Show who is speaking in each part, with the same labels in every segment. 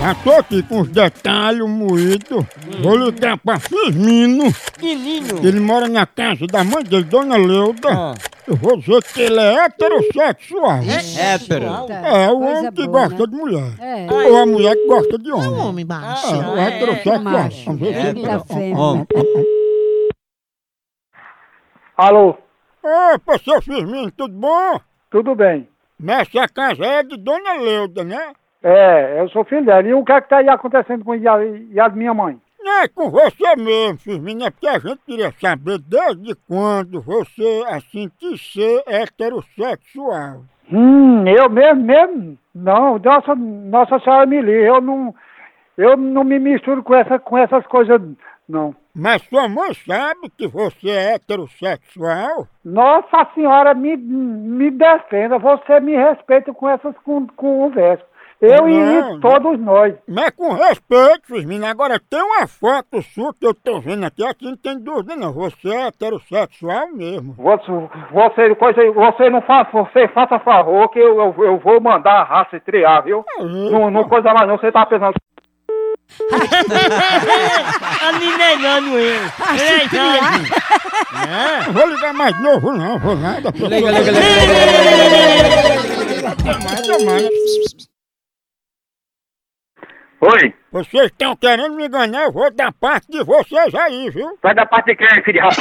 Speaker 1: Já tô aqui com os detalhes moídos. Vou ligar pra Firmino.
Speaker 2: Menino.
Speaker 1: Ele mora na casa da mãe dele, Dona Leuda.
Speaker 2: Ah.
Speaker 1: Eu vou dizer que ele é heterossexual.
Speaker 2: Hétero.
Speaker 3: Eita,
Speaker 1: É, o
Speaker 3: coisa
Speaker 1: homem que
Speaker 3: boa,
Speaker 1: gosta
Speaker 3: né?
Speaker 1: de mulher.
Speaker 3: É.
Speaker 1: Ou a mulher que gosta de homem.
Speaker 4: Homem
Speaker 1: É,
Speaker 4: baixo.
Speaker 1: o
Speaker 2: é,
Speaker 1: heterossexual.
Speaker 3: macho.
Speaker 1: Vamos ver se ele-
Speaker 3: Eita, fêmea.
Speaker 2: Homem.
Speaker 5: Alô,
Speaker 1: Opa, seu Firmino, tudo bom?
Speaker 5: tudo bem?
Speaker 1: Nessa casa é de Dona Leuda, né?
Speaker 5: É, eu sou filho dela. E o que é que tá aí acontecendo com a, e a minha mãe?
Speaker 1: Não, é com você mesmo, Firmino, é porque a gente queria saber desde quando você, assim, quis ser heterossexual.
Speaker 5: Hum, eu mesmo, mesmo? Não, nossa, nossa senhora me livre, eu não, eu não me misturo com, essa, com essas coisas, não.
Speaker 1: Mas sua mãe sabe que você é heterossexual?
Speaker 5: Nossa senhora, me, me defenda, você me respeita com essas con- conversas. Eu
Speaker 1: Não,
Speaker 5: e todos nós.
Speaker 1: Mas com respeito, Firmino, agora tem uma foto sua que eu tô vendo aqui, aqui não tem dúvida não, você é heterossexual mesmo.
Speaker 5: Você, você, coisa- você não fa, você faça favor que eu, eu, eu vou mandar rastrear, viu? Não, não coisa mais não, você tá pensando.
Speaker 2: Tá me negando ele. Leitão.
Speaker 1: é? Não vou ligar mais novo não, vou nada.
Speaker 2: Liga, liga, liga,
Speaker 1: Nada mais.
Speaker 5: Oi,
Speaker 1: Vocês estão querendo me enganar, eu vou dar parte de vocês aí, viu?
Speaker 5: vai é da parte de quem, filho de rapaz?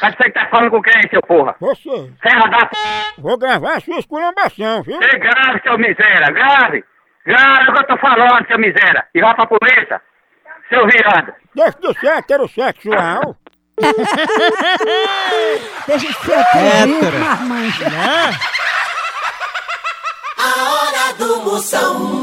Speaker 5: Tá você que tá falando com quem, seu porra?
Speaker 1: Vocês.
Speaker 5: Serra da p...
Speaker 1: Vou gravar a sua esculhambação, viu?
Speaker 5: É grave, seu miséria, grave! Grave é o que eu tô falando, seu miséria! E vai pra polícia, seu virado!
Speaker 1: Deixa de ser heterossexual.
Speaker 3: Deixa de ser atrevido,
Speaker 2: Hétero.
Speaker 3: marmanjo.
Speaker 6: A hora do Moção.